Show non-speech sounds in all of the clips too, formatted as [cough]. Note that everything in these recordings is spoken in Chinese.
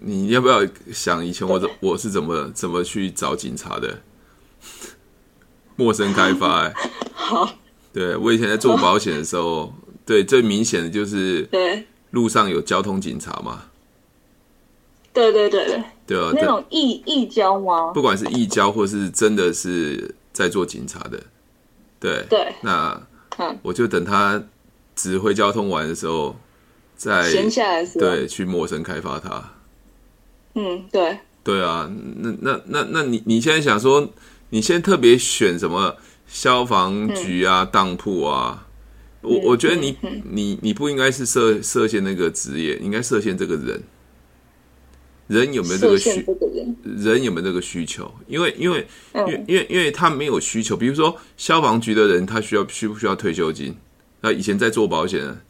你要不要想以前我怎我是怎么怎么去找警察的？ [laughs] 陌生开发、欸，好，对我以前在做保险的时候，对最明显的就是对路上有交通警察嘛，对对对对，对啊，那对种义义交吗？不管是义交或是真的是在做警察的，对，对，那嗯我就等他指挥交通完的时候，再闲下来是吧？，哎对去陌生开发他。嗯，对，对啊，那那那那你你现在想说，你现在特别选什么消防局嗯啊、当铺啊？我我觉得你你你不应该是设设限那个职业，应该设限这个人，人有没有这设个限需这个人，人有没有这个需求？因为因为因为嗯，因为因为他没有需求，比如说消防局的人，他需要需不需要退休金？那以前在做保险的，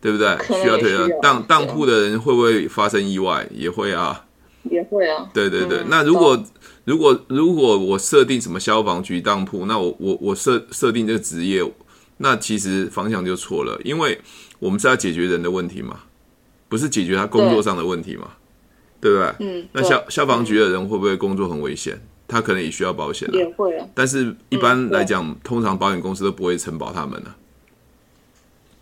对不对？可能需要也退休需要。啊当当对铺的人会不会发生意外？也会啊。也会啊，对对对，嗯那如果如果如果我设定什么消防局当铺，那我我我设设定这个职业，那其实方向就错了，因为我们是要解决人的问题嘛，不是解决他工作对上的问题嘛，对不对？嗯，那对消消防局的人会不会工作很危险？他可能也需要保险、啊，也嗯会啊，但是一般来讲，通常保险公司都不会承保他们的、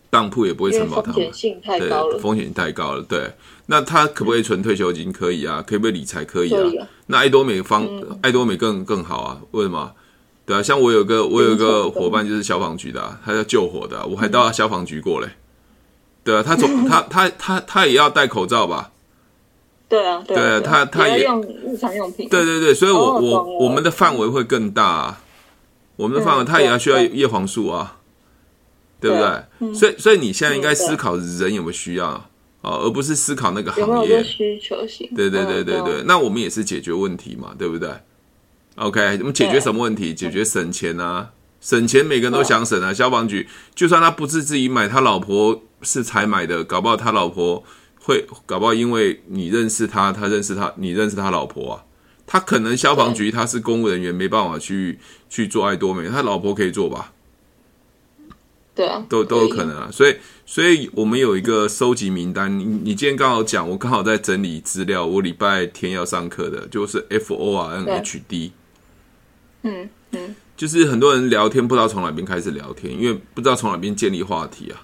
当铺也不会因为承保他风们险，性太对高，了，风险太高了。对，那他可不可以存退休金？可以啊，可不可以理财？可以啊所。以啊，那爱多美方，嗯爱多美更更好啊？为什么？对啊，像我有个我有个伙伴就是消防局的、啊，他叫救火的啊、我还嗯到消防局过嘞。对啊，他 [laughs] 总他他他他也要戴口罩吧？对啊，对对啊啊，他他要也用日常用品，对对对，所以我哦我懂了我们的范围会更大、啊，我们的范围嗯它也要需要对叶黄素啊，对不对对？所以所以你现在应该嗯对思考人有没有需要啊，而不是思考那个有没行有业这。需求性？对对对嗯对对，，那我们也是解决问题嘛，对不对？OK，我们解决对什么问题？解决省钱啊，省钱每个人都对想省啊。消防局就算他不是自己买，他老婆是才买的，搞不好他老婆会，搞不好因为你认识他，他认识他，你认识他老婆啊。他可能消防局他是公务人员，没办法去去做爱多美，他老婆可以做吧？对啊，都都有以啊可，能啊。所以，所以我们有一个收集名单。你你今天刚好讲，我刚好在整理资料，我礼拜天要上课的，就是 F O R N H D。嗯嗯，就是很多人聊天不知道从哪边开始聊天，因为不知道从哪边建立话题啊。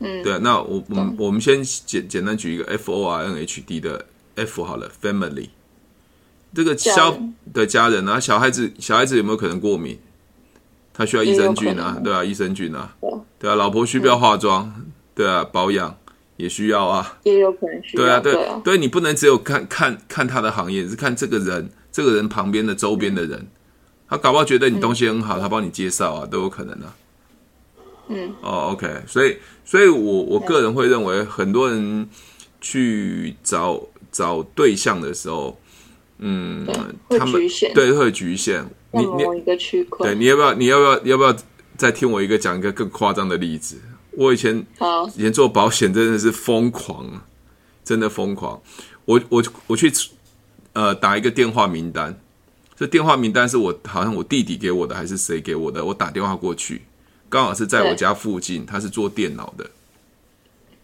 嗯对啊，那我我们我们先简简单举一个 F O R N H D 的 F 好了，family。这个家消人对家人啊，小孩子小孩子有没有可能过敏？他需要益也有生可菌啊，能对啊，益生菌啊，对啊对啊，老婆需不需要化妆？对啊，保养也需要啊。也有可能需要，对啊，对对啊，对，你不能只有看看看他的行业，是看这个人，这个人旁边的周边的人，他搞不好觉得你东西很好，他帮你介绍啊，都有可能啊。嗯，哦，OK，所以，所以我我个人会认为，很多人去找找对象的时候，嗯，对他会们局限对会有局限。在你你某一个区块对，，你要不要你要不要要不要再听我一个讲一个更夸张的例子？我以前好，以前做保险真的是疯狂，啊，真的疯狂。我我我去呃打一个电话名单，这电话名单是我好像我弟弟给我的还是谁给我的？我打电话过去，刚好是在我对家附近，他是做电脑的。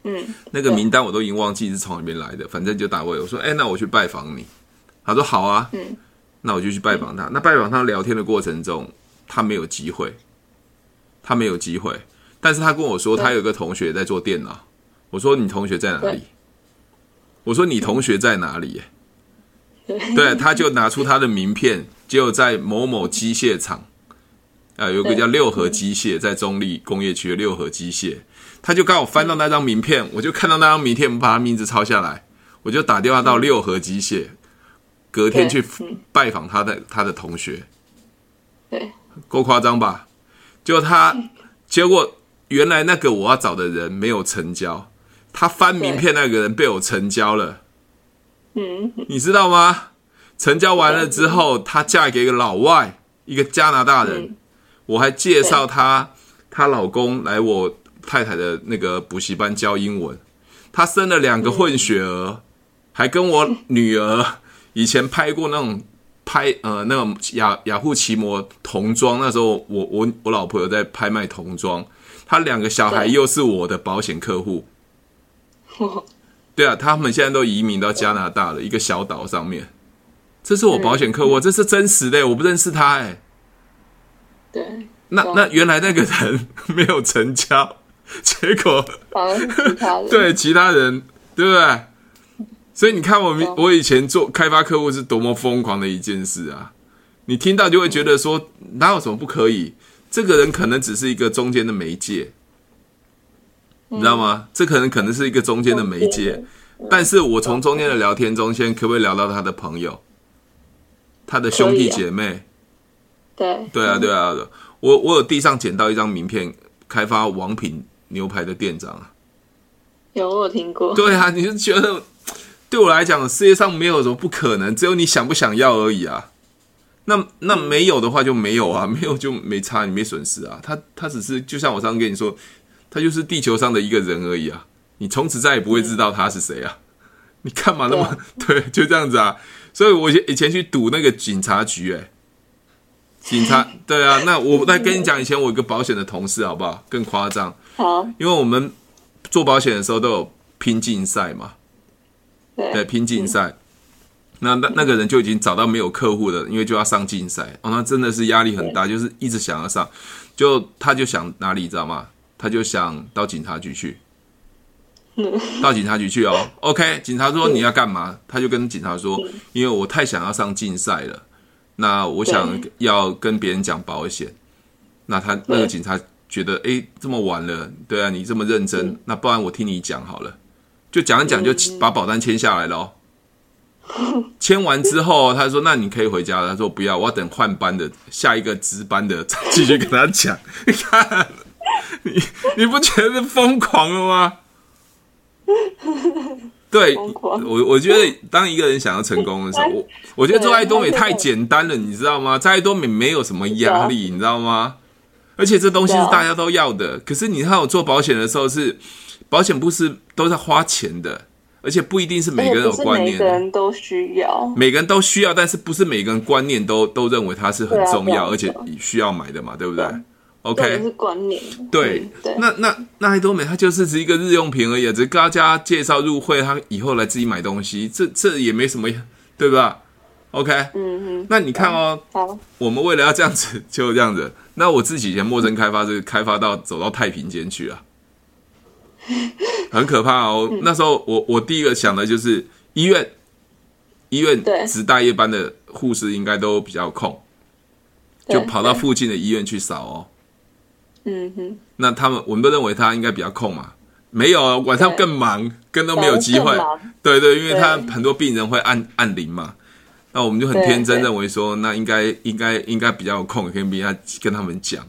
嗯，那个对名单我都已经忘记是从哪边来的，反正就打我。我说，哎、那我去拜访你。他说好啊，嗯，那我就去拜访他。那拜访他聊天的过程中，他没有机会，他没有机会。但是他跟我说，对他有一个同学在做电脑。我说你同学在哪里对？我说你同学在哪里？对对，他就拿出他的名片，就在某某机械厂，啊、有一个对叫六合机械，在中立工业区的六合机械，他就刚好翻到那张名片，我就看到那张名片，我把他名字抄下来，我就打电话到六合机械，隔天嗯对去嗯拜访他的他的同学，对够夸张吧？就他，嗯结果原来那个我要找的人没有成交，他翻名片那个人被我成交了。嗯， [laughs] 你知道吗？成交完了之后，她嫁给一个老外，一个加拿大人。嗯我还介绍她她老公来我太太的那个补习班教英文。她生了两个混血儿，还跟我女儿以前拍过那种拍呃那种雅雅虎奇摩童装，那时候我我我老婆有在拍卖童装，她两个小孩对又是我的保险客户。我对啊，他们现在都移民到加拿大了，一个小岛上面。这是我保险客户，这是真实的，我不认识他哎。对，那懂那原来那个人没有成交， [laughs] 结果反而是其他 [laughs] 人，对其他人，对不对？所以你看我们懂我以前做开发客户是多么疯狂的一件事啊！你听到就会觉得说哪有什么不可以？这个人可能只是一个中间的媒介，你知道吗？这可能可能是一个中哦嗯间的媒介，但是我从中间的聊天中，先可不可以聊到他的朋友、他的兄弟可以啊姐妹？对对啊，对啊，对啊我我有地上捡到一张名片，开发王品牛排的店长啊。有我有听过，对啊，你就觉得对我来讲，世界上没有什么不可能，只有你想不想要而已啊。那那没有的话就没有啊，没有就没差，你没损失啊。他他只是就像我上次跟你说，他就是地球上的一个人而已啊。你从此再也不会知道他是谁啊。你干嘛那么 [laughs] 对？就这样子啊。所以我以前以前去赌那个警察局、欸，哎，警察对啊。那我再跟你讲，以前我有一个保险的同事，好不好？更夸张，好，因为我们做保险的时候都有拼竞赛嘛，对，对，拼竞赛。那那那个人就已经找到没有客户的，因为就要上竞赛哦，那真的是压力很大，就是一直想要上，就他就想哪里你知道吗？他就想到警察局去，到警察局去哦。OK，警察说你要干嘛？他就跟警察说，因为我太想要上竞赛了，那我想要跟别人讲保险。那他那个警察觉得，诶，这么晚了，对啊，你这么认真，那不然我听你讲好了，就讲一讲，就把保单签下来了哦。签完之后，他说：“那你可以回家了。”他说：“不要，我要等换班的下一个值班的 [laughs] 再继续跟他讲。” [laughs] 你看，你你不觉得疯狂了吗？对，疯我狂我觉得当一个人想要成功的时候，我我觉得做爱多美太简单了，你知道吗？在爱多美没有什么压力，你知道吗？而且这东西是啊对啊大家都要的。可是你看我做保险的时候是，保险不是都在花钱的，而且不一定是每个人有而且不是观每念个的。人都需要，每个人都需要，但是不是每个人观念都都认为它是很对啊重要，对啊而且对啊需要买的嘛，对不对对这就是？OK，观念，对嗯对，，那那那爱多美它就是只是一个日用品而已啊，只是跟大家介绍入会，他以后来自己买东西，这这也没什么，对吧？OK，嗯嗯，那你看哦，好，我们为了要这样子，就这样子。 [laughs] 那我自己以前陌生开发是开发到走到太平间去 [laughs] 啊，很可怕哦。嗯那时候我我第一个想的就是医院，医院对值大夜班的护士应该都比较有空，对就跑到，附近的医院去扫哦。嗯嗯，那他们我们都认为他应该比较空嘛，没有啊晚上对更忙，更都没有机会反而更。忙对对，因为他对很多病人会按按铃嘛，那我们就很对天真对认为说，那应该应该应该比较有空，可以跟他跟他们讲。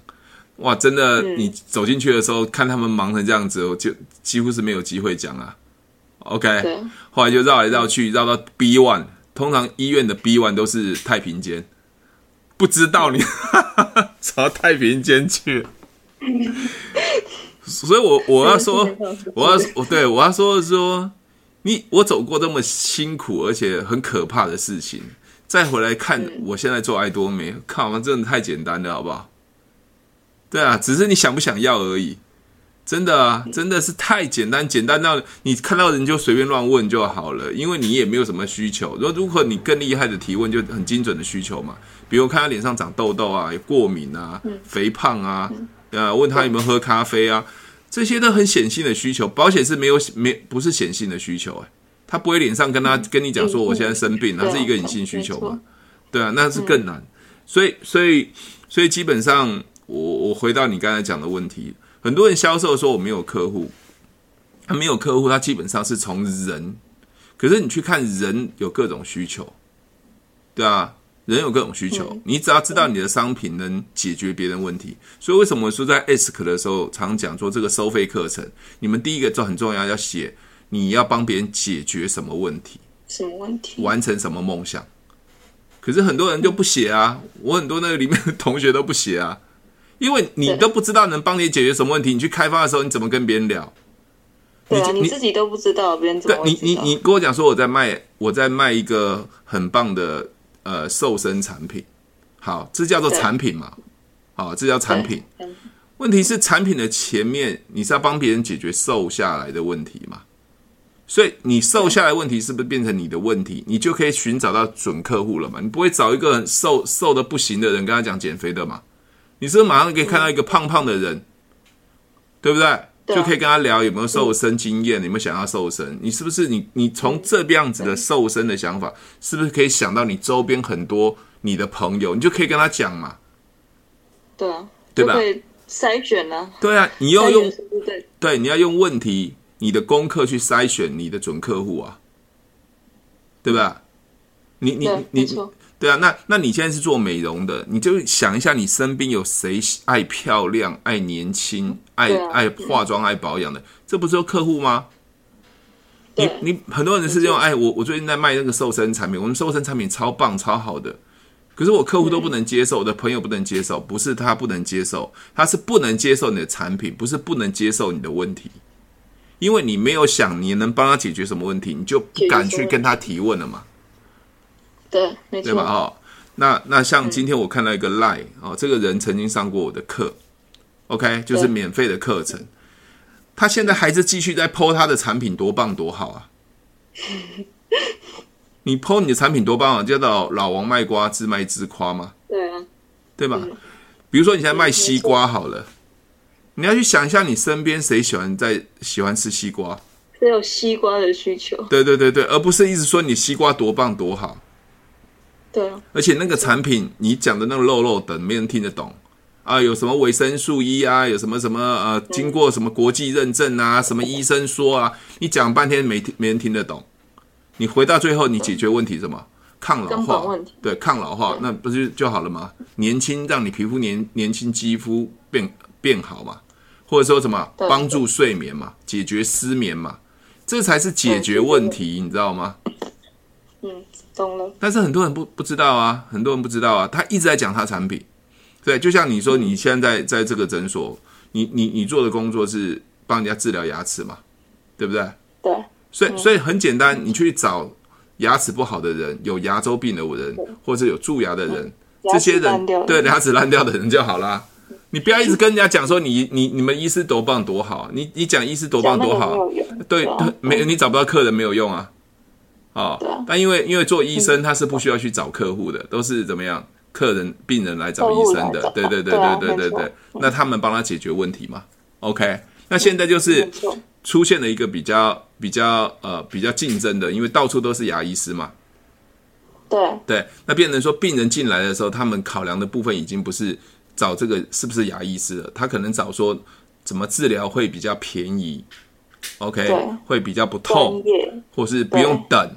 哇，真的，你走进去的时候看他们忙成这样子，我就几乎是没有机会讲啊。OK，对，后来就绕来绕去，绕到 B one，通常医院的 B one 都是太平间，不知道你朝太平间去了。所以我我要说，我要我对我要说的是说，你我走过这么辛苦而且很可怕的事情，再回来看我现在做爱多美，靠，那真的太简单了，好不好？对啊，只是你想不想要而已。真的啊，真的是太简单，简单到你看到人就随便乱问就好了，因为你也没有什么需求。如果如果你更厉害的提问，就很精准的需求嘛，比如看他脸上长痘痘啊、过敏啊、肥胖啊，呃，问他有没有喝咖啡啊，这些都很显性的需求。保险是没有没不是显性的需求、哎，他不会脸上跟他跟你讲说我现在生病，它对啊是一个隐性需求没嘛错，嗯对啊，那是更难。所以，所以，所以基本上，我我回到你刚才讲的问题，很多人销售说我没有客户，他没有客户，他基本上是从人，可是你去看人有各种需求，对啊，人有各种需求，你只要知道你的商品能解决别人问题，所以为什么说在 ESC 的时候常讲说这个收费课程，你们第一个就很重要，要写你要帮别人解决什么问题。什么问题？完成什么梦想。可是很多人就不写啊，我很多那个里面的同学都不写啊，因为你对都不知道能帮你解决什么问题，你去开发的时候你怎么跟别人聊？对啊，你你自己都不知道，别人怎对么会你知你道？你跟我讲说我在卖我在卖一个很棒的呃瘦身产品，好，这叫做对产品嘛，好，这叫产品。对，嗯问题是产品的前面你是要帮别人解决瘦下来的问题嘛？所以你瘦下来问题是不是变成你的问题？你就可以寻找到准客户了嘛？你不会找一个很瘦瘦的不行的人跟他讲减肥的嘛？你是不是马上可以看到一个胖胖的人，对不对？对啊嗯就可以跟他聊有没有瘦身经验，有没有想要瘦身？你是不是你你从这样子的瘦身的想法，是不是可以想到你周边很多你的朋友，你就可以跟他讲嘛？对啊，对就吧会筛选啊，对啊，你要筛选用是不是对，对，你要用问题、你的功课去筛选你的准客户啊，对吧？你你对，没你错，对啊，那那你现在是做美容的，你就想一下你身边有谁爱漂亮、爱年轻、爱、对啊爱化妆、爱保养的，这不是有客户吗？你对你很多人是没错用哎，我我最近在卖那个瘦身产品，我们瘦身产品超棒超好的，可是我客户都不能接受，我的朋友不能接受，不是他不能接受，他是不能接受你的产品，不是不能接受你的问题，因为你没有想你能帮他解决什么问题，你就不敢去跟他提问了嘛。对，没对吧？错，哦，那那像今天我看到一个 lie 哦，这个人曾经上过我的课，OK，就是对免费的课程。他现在还是继续在 PO 他的产品多棒多好啊！你 PO 你的产品多棒啊，叫到老王卖瓜自卖自夸吗？对啊，对吧？比如说你现在卖西瓜好了，你要去想一下你身边谁喜欢在喜欢吃西瓜，只有西瓜的需求，对对对对，而不是一直说你西瓜多棒多好。对啊，而且那个产品你讲的那个肉肉等，没人听得懂啊。有什么维生素 E 啊，有什么什么呃，经过什么国际认证啊，什么医生说啊，你讲半天没没人听得懂。你回到最后，你解决问题是什么？抗老根本化问题，对，抗老化，那不是就好了吗？年轻，让你皮肤年年轻，肌肤变变好嘛，或者说什么对帮助睡眠嘛，解决失眠嘛，这才是解决问题，你知道吗？嗯，懂了，但是很多人不不知道啊，很多人不知道啊，他一直在讲他产品，对，就像你说你现在在在这个诊所，你你你做的工作是帮人家治疗牙齿嘛，对不对？对，所以所以很简单，你去找牙齿不好的人，有牙周病的人，或者有蛀牙的人，这些牙齿烂人掉了对牙齿烂掉的人就好 [laughs] 啦。你不要一直跟人家讲说你你你们医师多棒多好，你你讲医师多棒讲那多个好没，有用，对啊对，没你找不到客人没有用啊，哦对啊，但因为因为做医生他是不需要去找客户的，都是怎么样，客人病人来找客户医生来的找，对对对对啊对对没错嗯对，那他们帮他解决问题嘛，OK，那现在就是没错，出现了一个比较比较呃比较竞争的，因为到处都是牙医师嘛，对对，那变成说病人进来的时候，他们考量的部分已经不是找这个是不是牙医师了，他可能找说怎么治疗会比较便宜，OK，对会比较不痛专，业，或是不用等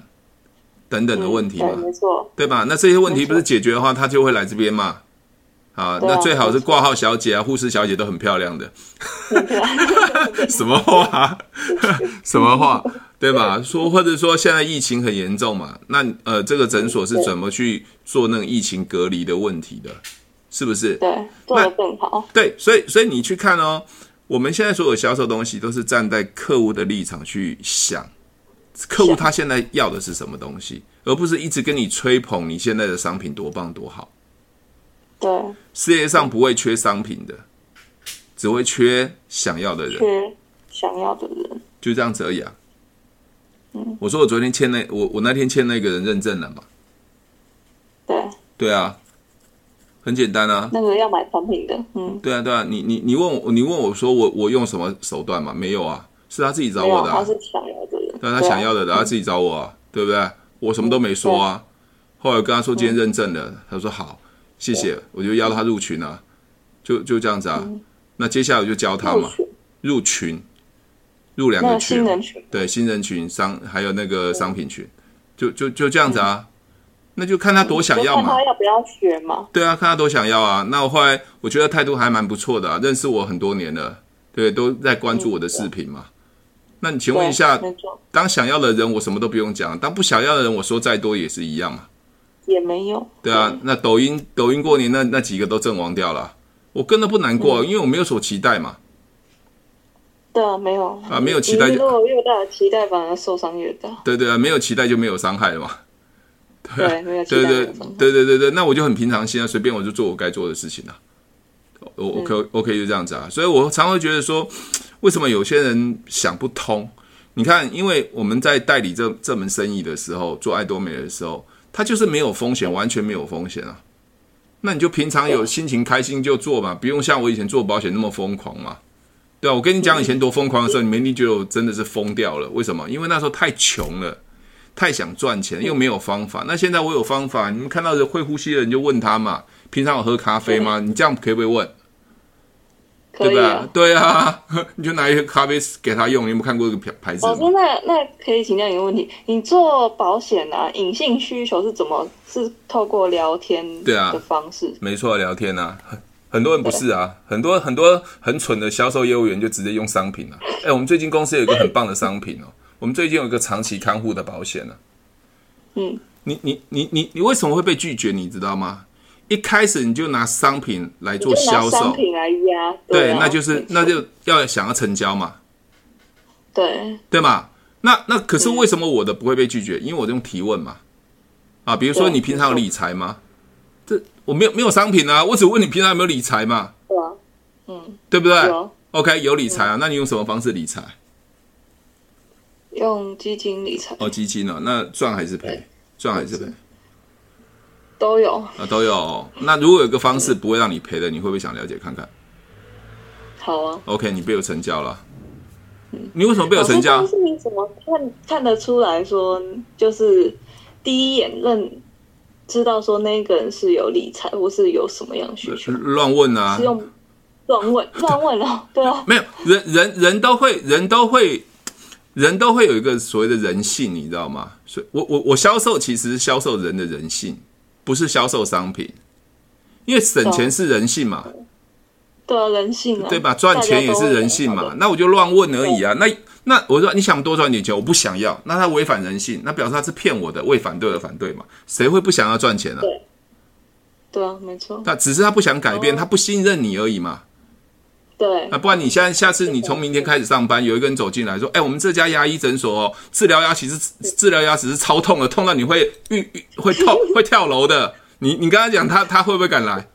等等的问题嘛嗯对，，没错，对吧？那这些问题没错不是解决的话，他就会来这边嘛。啊，对啊那最好是挂号小姐啊、护士小姐都很漂亮的，对啊 [laughs] 什么话？什么话？对吧？说或者说现在疫情很严重嘛，那呃，这个诊所是对怎么去做那个疫情隔离的问题的？是不是？对，做得更好，对，所以所以你去看哦，我们现在所有销售东西都是站在客户的立场去想，客户他现在要的是什么东西，而不是一直跟你吹捧你现在的商品多棒多好。对，世界上不会缺商品的，只会缺想要的人，缺想要的人，就这样子而已啊。嗯我说我昨天欠那我我那天欠那个人认证了嘛？对，对啊，很简单啊。那个要买产品的，嗯，对啊，对啊，你你你问我，你问我说我我用什么手段嘛？没有啊，是他自己找没我有，的、他啊。是想要的人，但他对啊想要的，他自己找我、啊，对不对？我什么都没说嗯啊。后来我跟他说今天认证了，他说好，谢谢，我就邀他入群啊，就就这样子啊。那接下来我就教他嘛嗯入入，群群，入两那个个群新，人嗯群，对新人群商还有那个商品群，就就就这样子嗯啊。那就看他多想要就看嘛，他要不要学嘛，对啊，看他多想要啊。那我后来我觉得态度还蛮不错的、啊，认识我很多年了，对，都在关注我的视频嘛。那你请问一下，对没错，当想要的人，我什么都不用讲；当不想要的人，我说再多也是一样嘛。也没有，对啊，那抖音抖音过年那那几个都阵亡掉了啊，我跟着不难过，啊因为我没有所期待嘛。对啊，没有啊没有期待就你如果越大的期待，反而受伤越大。对对啊，没有期待就没有伤害了嘛。对，没有期对待对的伤害。对对对对，那我就很平常心啊，随便我就做我该做的事情啊。我我 OK OK 就这样子啊，所以我常会觉得说，为什么有些人想不通？你看，因为我们在代理这这门生意的时候，做爱多美的时候，它就是没有风险，完全没有风险啊。那你就平常有心情开心就做嘛，不用像我以前做保险那么疯狂嘛。对啊，我跟你讲，以前多疯狂的时候，你们一定觉得我真的是疯掉了。为什么？因为那时候太穷了，太想赚嗯钱，又没有方法。那现在我有方法，你们看到的会呼吸的人就问他嘛。平常有喝咖啡吗？你这样可不可以问？嗯可对以吧啊？。对啊， [laughs] 你就拿一个咖啡给他用。你有没有看过这个牌牌子老吗师，？哦那那可以请教你一个问题：你做保险啊，隐性需求是怎么是透过聊天对啊的方式？没错，聊天啊，很很多人不是啊，很多很多很蠢的销售业务员就直接用商品啊。哎，我们最近公司有一个很棒的商品哦，我们最近有一个长期看护的保险啊。嗯，你你你你你为什么会被拒绝？你知道吗？一开始你就拿商品来做就拿销商售，品来压，对，啊那就是那就要想要成交嘛，对对嘛？那那可是嗯为什么我的不会被拒绝？因为我用提问嘛，啊，比如说对你平常有理财吗？这我没有没有商品啊，我只问你平常有没有理财嘛，对啊，嗯，对不对有？OK，有理财嗯啊，那你用什么方式理财？用基金理财哦，基金哦，那赚还是赔对？赚还是赔？都有，啊，都有哦。那如果有个方式不会让你赔的，你会不会想了解看看好啊。 ？OK，你被我成交了。你为什么被我成嗯老交师？但是你怎么看看得出来说，就是第一眼认知道说那个人是有理财或是有什么样的需求？乱问啊！是用乱问乱问哦，对啊，没有人，人人都会，人都会，人都会有一个所谓的人性，你知道吗？所以我我我销售其实是销售人的人性，不是销售商品，因为省钱懂是人性嘛，对啊，人性啊，对吧？赚钱也是人性嘛，那我就乱问而已啊。那那我说你想多赚点钱，我不想要，那他违反人性，那表示他是骗我的，为反对而反对嘛。谁会不想要赚钱呢、对大家都。对啊，没错，那只是他不想改变，哦他不信任你而已嘛。对啊，，不然你现在下次你从明天开始上班，有一个人走进来说：“哎，我们这家牙医诊所哦，治疗牙齿是治疗牙齿是超痛的，痛到你会晕晕会痛会跳楼的。你”你跟他讲，他他会不会敢来？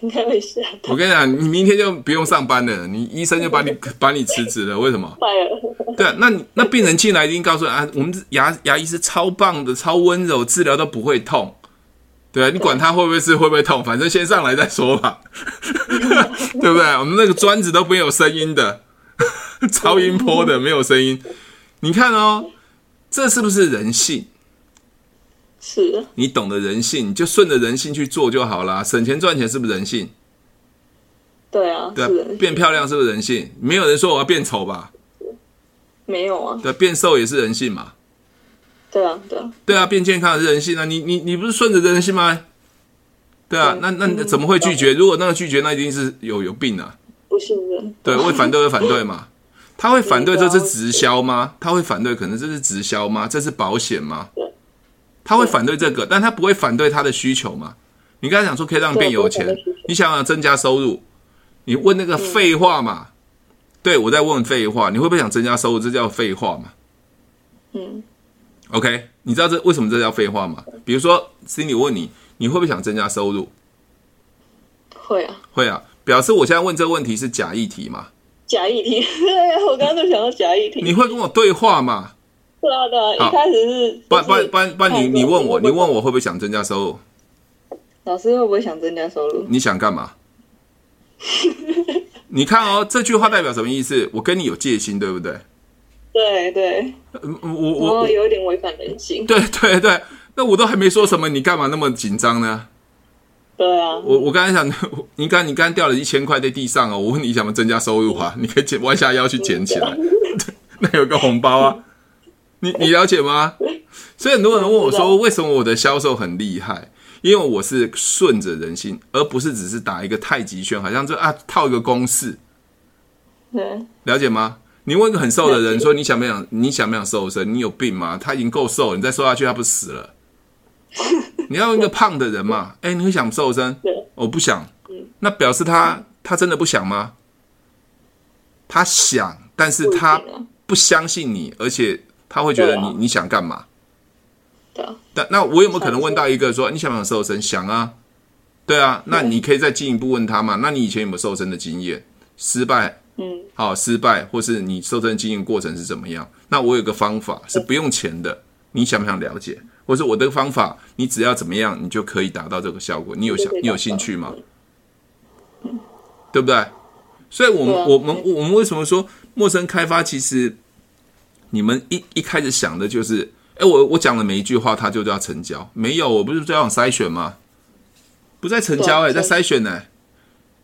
应该会吓我到跟你讲，你明天就不用上班了，你医生就把你把你辞职了。为什么？ [laughs] 坏了，对啊，那你那病人进来一定告诉你啊，我们这牙牙医是超棒的，超温柔，治疗都不会痛。对啊，你管他会不会是会不会痛，反正先上来再说吧， [laughs] 对不对？我们那个砖子都没有声音的， [laughs] 超音波的没有声音。你看哦，这是不是人性？是你懂得人性，你就顺着人性去做就好啦。省钱赚钱是不是人性？对啊，对啊是人性变漂亮是不是人性？没有人说我要变丑吧？没有啊，对啊，变瘦也是人性嘛。对啊，对啊，对啊，变健康的是人性啊，你你你不是顺着人性吗？对啊，对那那你怎么会拒绝？如果那个拒绝，那一定是有有病啊！不信任，对，会反对会反对嘛？他会反对这是直销吗？他会反对可能这是直销吗？这是保险吗对？他会反对这个，但他不会反对他的需求嘛？你刚才讲说可以让你变有对钱不会反对需嗯求，你想想增加收入，你问那个废话嘛？对我在问废话，你会不会想增加收入？这叫废话嘛？嗯， OK，你知道这为什么这叫废话吗？比如说，Cindy 问你，你会不会想增加收入？会啊，会啊，表示我现在问这个问题是假议题嘛？假议题， [laughs] 对啊，我刚刚就想到假议题，你会跟我对话嘛？对啊，对啊，好一开始是，不就是不不然不然你看你问我，你问我，我会不会想增加收入？老师会不会想增加收入？你想干嘛？ [laughs] 你看哦，这句话代表什么意思？我跟你有戒心，对不对？对对，嗯我我我我，有点违反人性，对对对，那我都还没说什么，你干嘛那么紧张呢？对啊，我我刚才想， [laughs] 你刚你刚才掉了一千块在地上哦，我问你想不想增加收入啊？你可以捡弯下腰去捡起来，那有个红包啊，你你了解吗？所以很多人问我说，为什么我的销售很厉害？因为我是顺着人性，而不是只是打一个太极拳，好像这啊套一个公式，对啊了解吗？你问一个很瘦的人说你想不想你想不想瘦身？你有病吗？他已经够瘦了，你再瘦下去他不死 [laughs] 了？你要问一个胖的人嘛？哎，你会想瘦身？对嗯我不想，那表示他他真的不想吗？他想，但是不一定他啊不相信你，而且他会觉得对你、啊你想干嘛？对啊，但那我有没有可能问到一个说你想不想瘦身？想啊，对啊，那你可以再进一步问他嘛？那你以前有没有瘦身的经验？失败嗯，好、失败，或是你受证经验过程是怎么样？那我有个方法是不用钱的，你想不想了解？或是我的方法，你只要怎么样，你就可以达到这个效果。你有对想对你有对兴趣吗嗯？对不对？所以我们、对啊我们我们为什么说陌生开发？其实你们一一开始想的就是，哎，我我讲的每一句话，它就叫成交。没有，我不是这样筛选吗？不在成交、对啊哎，在对筛选呢、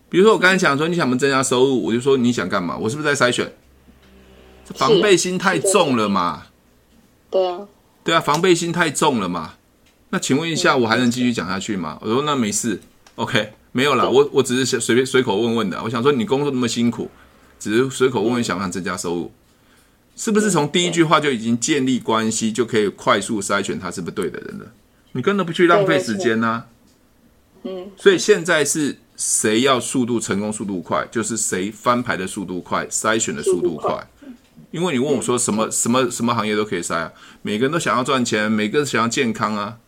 比如说我刚才讲说你想不想增加收入，我就说你想干嘛？我是不是在筛选？这防备心太重了嘛？对啊，对啊，防备心太重了嘛。那请问一下，我还能继续讲下去吗？我说那没事，OK，没有啦，我我只是想随便随口问问的。我想说你工作那么辛苦，只是随口问问想不想增加收入，是不是从第一句话就已经建立关系，就可以快速筛选他是不是对的人了？你根本不去浪费时间啊呐、嗯，所以现在是谁要速度成功速度快，就是谁翻牌的速度快，筛选的速度速度快。因为你问我说什么什么什么行业都可以筛啊，每个人都想要赚钱，每个人想要健康啊，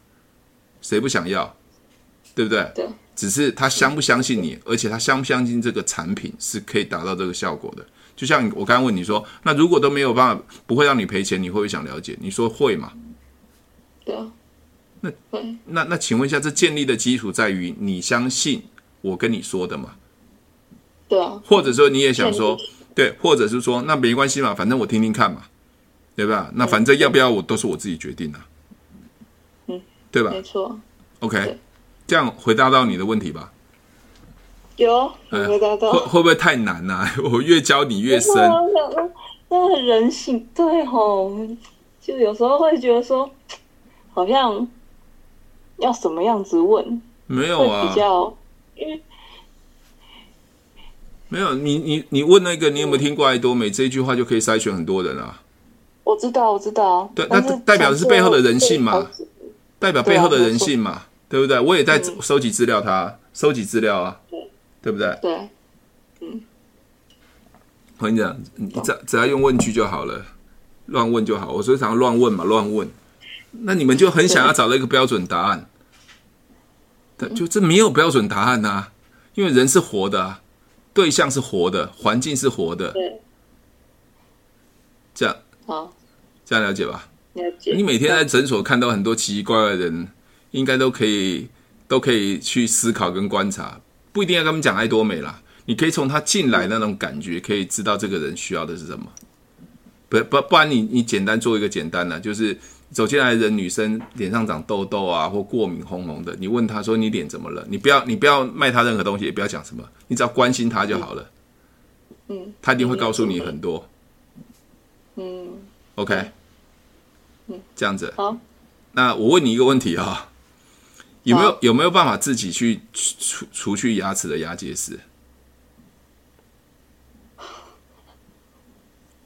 谁不想要？对不对？对只是他相不相信你，而且他相不相信这个产品是可以达到这个效果的。就像我刚刚问你说，那如果都没有办法，不会让你赔钱，你会不会想了解？你说会嘛？对啊，那那请问一下，这建立的基础在于你相信我跟你说的嘛？对啊，或者说你也想说对，对，或者是说那没关系嘛，反正我听听看嘛，对吧？那反正要不要我都是我自己决定的、啊嗯，对吧没错， ？OK，对这样回答到你的问题吧。有你哎回答到会，会不会太难呐、 [laughs] 我越教你越深，哇那那那很人性，对吼，就有时候会觉得说，好像要什么样子问没有会啊比，较没有。你你你问那个你有没有听过爱多美这一句话就可以筛选很多人啊，我知道，我知道。对但那是代表的是背后的人性嘛对代表背后的人性嘛，对不对？我也在收集资料它，收集资料啊，对不对？对，我跟你讲，你只只要用问句就好了，乱问就好。我所以常常乱问嘛，乱问。那你们就很想要找到一个标准答案，但就这没有标准答案呐、啊因为人是活的、啊，对象是活的，环境是活的，对这样好，这样了解吧？了解。你每天在诊所看到很多奇奇怪怪的人，应该都可以都可以去思考跟观察，不一定要跟他们讲爱多美啦。你可以从他进来那种感觉，可以知道这个人需要的是什么。不不不然你你简单做一个简单的、就是走进来的人女生脸上长痘痘啊，或过敏红红的，你问她说你脸怎么了？你不要你不要卖她任何东西，也不要讲什么，你只要关心她就好了。嗯，她一定会告诉你很多。嗯， OK，这样子。好，那我问你一个问题啊、有没有好有没有办法自己去除除除去牙齿的牙结石？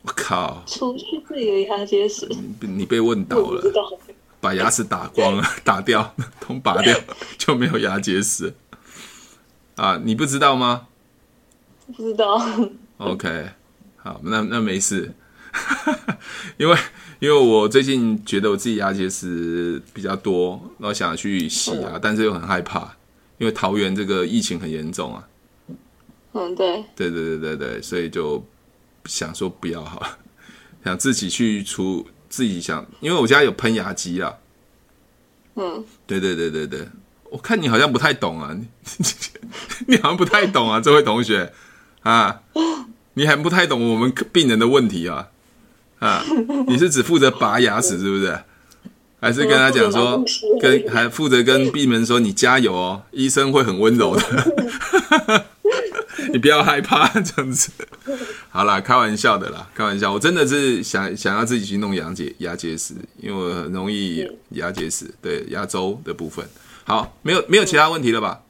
我靠，除去自己的牙结石，你你被问倒我不知了，道。把牙齿打光了，打掉，通拔掉就没有牙结石啊？你不知道吗不知道， [laughs] ？OK，好，那那没事， [laughs] 因为因为我最近觉得我自己牙结石比较多，然后想去洗牙，但是又很害怕，因为桃园这个疫情很严重啊。嗯，对，对对对对对，所以就想说不要好了，想自己去除，自己想，因为我家有喷牙机啊。嗯，对对对对对，我看你好像不太懂啊，你 [laughs] 你好像不太懂啊，这位同学啊，你还不太懂我们病人的问题啊啊，你是只负责拔牙齿是不是？还是跟他讲说我负责拔，东西跟还负责跟病人说你加油哦，医生会很温柔的， [laughs] 你不要害怕这样子。好啦，开玩笑的啦，开玩笑，我真的是想想要自己去弄牙结牙结石，因为我很容易牙结石，对牙周的部分。好，没有没有其他问题了吧？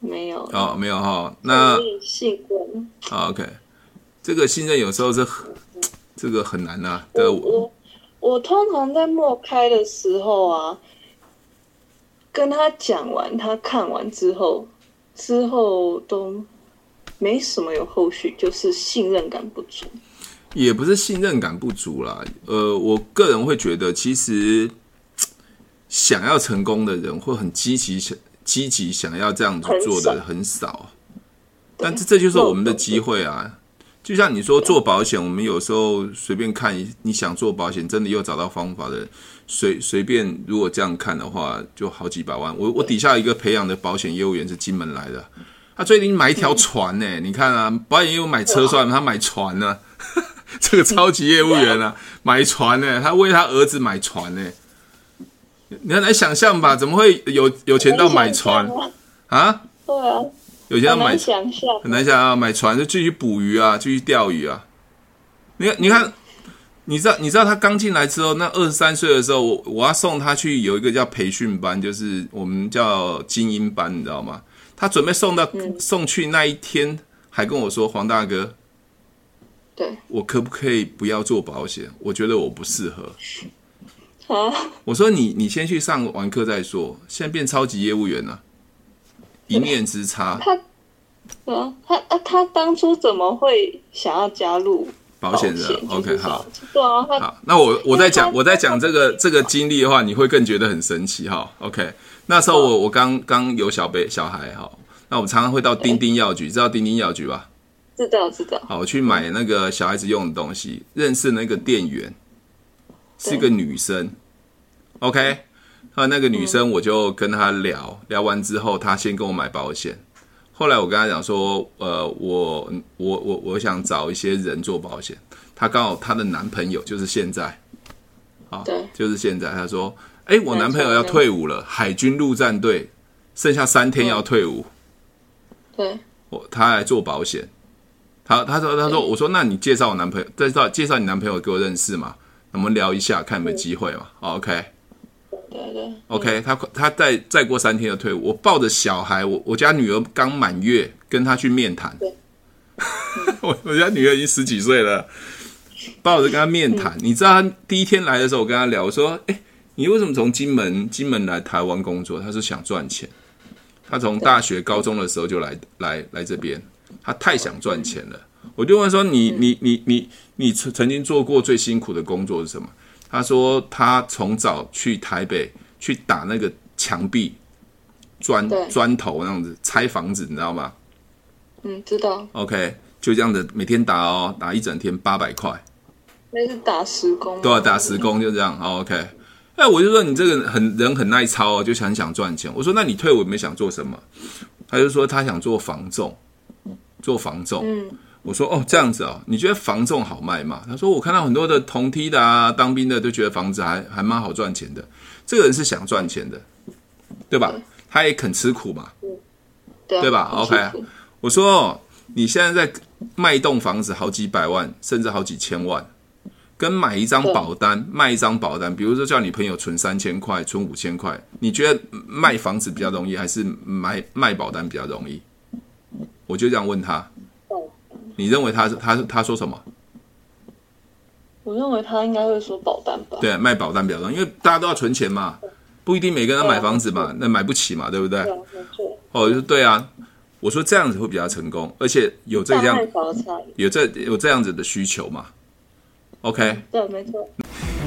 没有。哦，没有哈。那所以性观，啊，OK，这个信任有时候是很这个很难呐、啊。对，我我我我通常在默开的时候啊，跟他讲完，他看完之后，之后都没什么有后续，就是信任感不足。也不是信任感不足啦。呃，我个人会觉得，其实想要成功的人会很积极想积极想要这样子做的很少，但这这就是我们的机会啊！就像你说做保险，我们有时候随便看一，你想做保险，真的又找到方法的，随随便如果这样看的话，就好几百万。我我底下一个培养的保险业务员是金门来的，他啊最近买一条船呢、你看啊，保险业务买车算了，他 [laughs] 买船呢、这个超级业务员啊，买船呢、他为他儿子买船呢、你很难想象吧？怎么会有有钱到买船很难想象啊啊？对啊，有钱到很买船。难想象。很难想啊，买船就继续捕鱼啊，继续钓鱼啊。你看，你看，你知道，你知道他刚进来之后，那二十三岁的时候，我我要送他去有一个叫培训班，就是我们叫精英班，你知道吗？他准备送到、送去那一天，还跟我说：“黄大哥，对我可不可以不要做保险？我觉得我不适合。”啊，我说你你先去上完课再说，现在变超级业务员了、一念之差，对啊，他啊，他当初怎么会想要加入保保险险人就是，OK，想好。对啊，他好，那我我在因讲为他我在讲这个这个经历的话，你会更觉得很神奇哈。OK，那时候我我刚刚有小 b 小孩哈，那我们常常会到丁丁药局，知道丁丁药局吧？知道知道，好，我去买那个小孩子用的东西，认识那个店员是个女生，OK，那那个女生我就跟她聊，聊完之后她先跟我买保险，后来我跟她讲说，呃，我我我我想找一些人做保险，她刚好她的男朋友就是现在。对，就是现在，他说：“哎、我男朋友要退伍了，海军陆战队，剩下三天要退伍，对，我他来做保险。”他他说他说我说那你介绍我男朋友，介绍介绍你男朋友给我认识嘛，我们聊一下看有没有机会嘛。哦 OK 对对 OK，他他再再过三天就退伍，我抱着小孩，我我家女儿刚满月，跟他去面谈对。 [laughs] 我我家女儿已经十几岁了，抱着跟她面谈。你知道她第一天来的时候，我跟她聊，我说：“哎、你为什么从金门金门来台湾工作？”她说想赚钱。她从大学高中的时候就来来来这边，她太想赚钱了。我就问说：“你你你你你曾曾经做过最辛苦的工作是什么？”她说：“她从早去台北去打那个墙壁砖对砖头那样子拆房子，你知道吗？嗯，知道， OK，就这样子每天打哦，打一整天八百块，那是打时工，都要打十，工，就这样。好 OK，哎，我就说你这个很人很耐操哦，就很想赚钱。我说那你退伍没想做什么？他就说他想做房仲，做房仲。嗯，我说哦，这样子哦，你觉得房仲好卖吗？他说我看到很多的同梯的啊，当兵的都觉得房子还还蛮好赚钱的。这个人是想赚钱的，对吧？他也肯吃苦嘛。对啊对吧很辛 OK 苦我说哦你现在在卖一栋房子好几百万，甚至好几千万，跟买一张保单、卖一张保单，比如说叫你朋友存三千块、存五千块，你觉得卖房子比较容易，还是买卖保单比较容易？我就这样问他，你认为他他他说什么？我认为他应该会说保单吧，对，卖保单比较容易，因为大家都要存钱嘛，不一定每个人都买房子嘛，那买不起嘛，对不对对？啊，没错，哦，我就说对啊，我说这样子会比较成功，而且有这大样卖小差异，有这有这样子的需求嘛？OK，对，没错。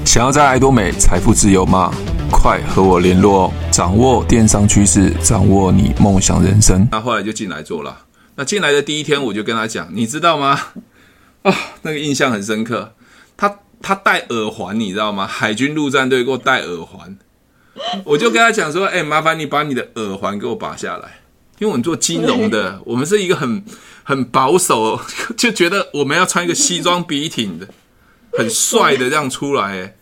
想要在爱多美财富自由吗？快和我联络哦！掌握电商趋势，掌握你梦想人生。那后来就进来做了。那进来的第一天，我就跟他讲，你知道吗？啊，那个印象很深刻。他他戴耳环，你知道吗？海军陆战队给我戴耳环，我就跟他讲说，哎、麻烦你把你的耳环给我拔下来，因为我们做金融的，我们是一个很很保守，就觉得我们要穿一个西装笔挺的，很帅的这样出来、哎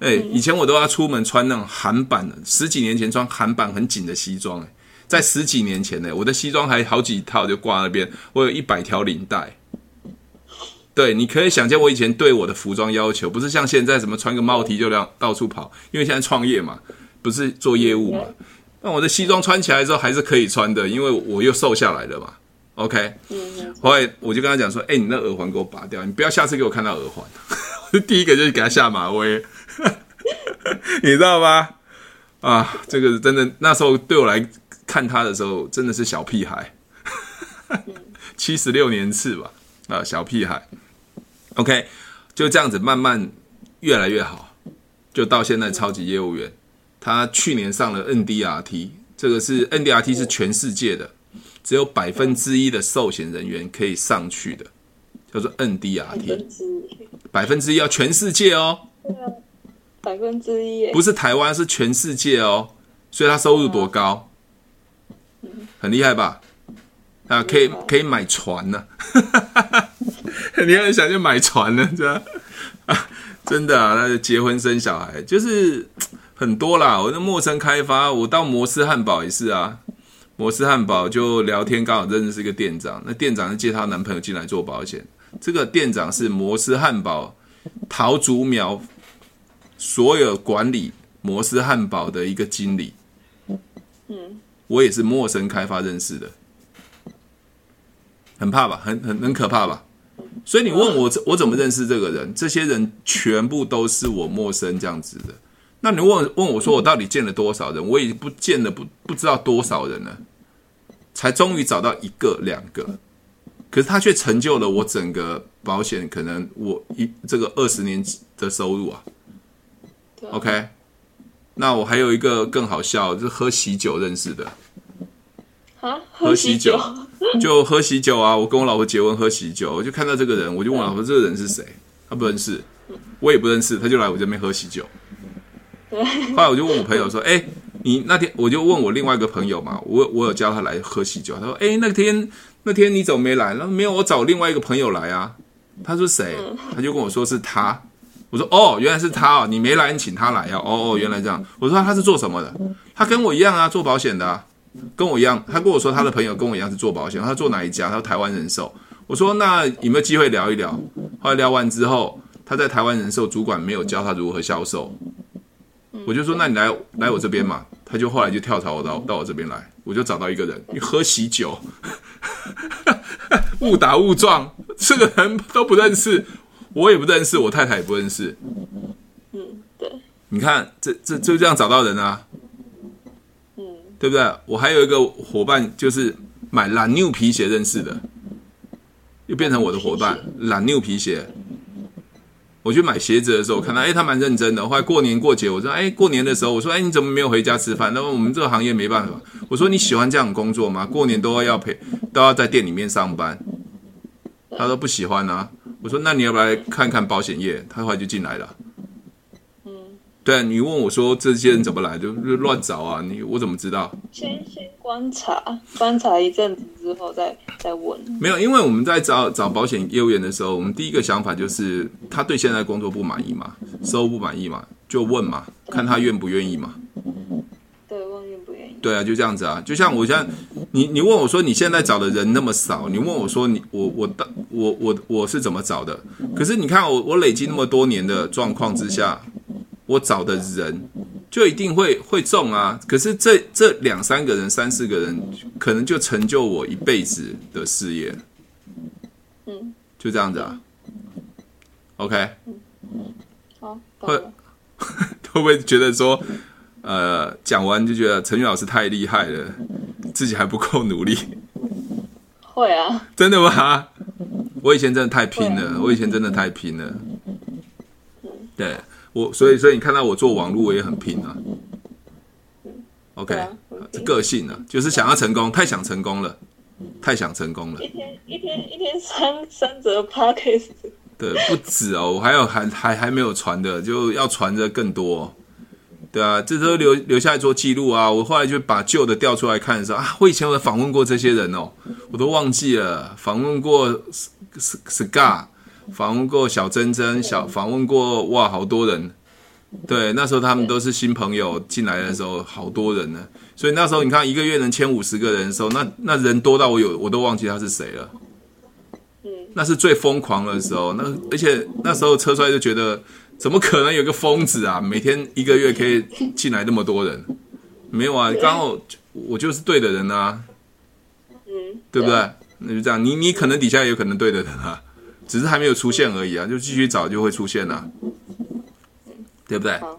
哎、以前我都要出门穿那种韩版的，十几年前穿韩版很紧的西装、哎，在十几年前呢、哎我的西装还好几套就挂那边，我有一百条领带。对，你可以想见我以前对我的服装要求，不是像现在什么穿个帽 T 就到到处跑，因为现在创业嘛，不是做业务嘛。那我的西装穿起来之后还是可以穿的，因为我又瘦下来了嘛。OK，后嗯来我就跟他讲说，哎、你那耳环给我拔掉，你不要下次给我看到耳环。我 [laughs] 第一个就是给他下马威。 [laughs] 你知道吗？啊，这个真的，那时候对我来看他的时候，真的是小屁孩， [laughs] 七十六年次吧，啊，小屁孩。OK，就这样子慢慢越来越好，就到现在超级业务员。他去年上了 NDRT，这个是 NDRT 是全世界的，只有百分之一的受险人员可以上去的，叫做 NDRT，分之一，百分之一要全世界哦，百分之一耶，不是台湾，是全世界哦。所以他收入多高？很厉害吧？啊，可以可以买船呢、 [laughs] 你很想去买船呢，这样啊，真的啊，那就结婚生小孩，就是很多啦。我那陌生开发，我到摩斯汉堡也是啊。摩斯汉堡就聊天，刚好认识一个店长，那店长是介绍男朋友进来做保险。这个店长是摩斯汉堡桃竹苗所有管理摩斯汉堡的一个经理。嗯，我也是陌生开发认识的，很怕吧，很很很可怕吧。所以你问我我怎么认识这个人？这些人全部都是我陌生这样子的。那你问问我说我到底见了多少人？我已经不见了不不知道多少人了，才终于找到一个两个。可是他却成就了我整个保险，可能我一这个二十年的收入啊。对啊 OK，那我还有一个更好笑，就是喝喜酒认识的。啊，喝喝喜喜酒，就喝喜酒啊！我跟我老婆结婚喝喜酒，我就看到这个人，我就问我老婆这个人是谁，她不认识，我也不认识，她就来我这边喝喜酒。 [laughs] 后来我就问我朋友说：“哎、你那天我就问我另外一个朋友嘛，我我有叫他来喝喜酒，他说：哎、那天那天你怎么没来？那没有，我找另外一个朋友来啊。他说谁？他就跟我说是他。我说哦，原来是他哦，你没来，你请他来啊。哦哦，原来这样。我说他是做什么的？他跟我一样啊，做保险的、啊。”跟我一样，他跟我说他的朋友跟我一样是做保险，他做哪一家？他说台湾人寿。我说那有没有机会聊一聊？后来聊完之后，他在台湾人寿主管没有教他如何销售，我就说那你来来我这边嘛，他就后来就跳槽我到到我这边来，我就找到一个人，你喝喜酒，误打误撞，这个人都不认识，我也不认识，我太太也不认识，嗯，对，你看这这就这样找到人啊。嗯，对不对？我还有一个伙伴，就是买蓝牛皮鞋认识的，又变成我的伙伴。蓝牛皮鞋，我去买鞋子的时候，我看到哎，他蛮认真的。后来过年过节，我说哎，过年的时候，我说哎，你怎么没有回家吃饭？那么我们这个行业没办法。我说你喜欢这样的工作吗？过年都要陪，都要在店里面上班。他说不喜欢啊。我说那你要不要来看看保险业？他后来就进来了。嗯对啊，你问我说这些人怎么来，就就乱找啊！你我怎么知道？先先观察，观察一阵子之后再再问，没有，因为我们在找找保险业务员的时候，我们第一个想法就是他对现在的工作不满意嘛，收入不满意嘛，就问嘛，看他愿不愿意嘛。对，问愿不愿意，对啊，就这样子啊。就像我现在，你你问我说你现在找的人那么少，你问我说你我我当我我我是怎么找的？可是你看我我累积那么多年的状况之下，我找的人就一定会会中啊。可是这这两三个人、三四个人，可能就成就我一辈子的事业。嗯，就这样子啊。OK，好，懂会了。会不会觉得说，呃，讲完就觉得陈宇老师太厉害了，自己还不够努力？会啊，真的吗？我以前真的太拼了，我以前真的太拼了。对我，所以所以你看到我做网络，我也很拼啊。OK，对啊很这拼个性啊，就是想要成功，太想成功了，太想成功了。一天一天一天三三折 podcast，对，不止哦，我还有还还还没有传的，就要传的更多哦、对啊，这都留留下来做记录啊。我后来就把旧的调出来看的时候啊，我以前有访问过这些人哦，我都忘记了，访问过 S S Scar，访问过小珍珍，小访问过哇，好多人。对，那时候他们都是新朋友进来的时候，好多人呢。所以那时候你看，一个月能签五十个人的时候，那那人多到我有我都忘记他是谁了。那是最疯狂的时候。那而且那时候车衰就觉得，怎么可能有个疯子啊？每天一个月可以进来那么多人？没有啊，刚好我就是对的人啊，嗯，对不对？那就这样，你你可能底下也有可能对的人啊，只是还没有出现而已啊，就继续找就会出现啊，对不对？好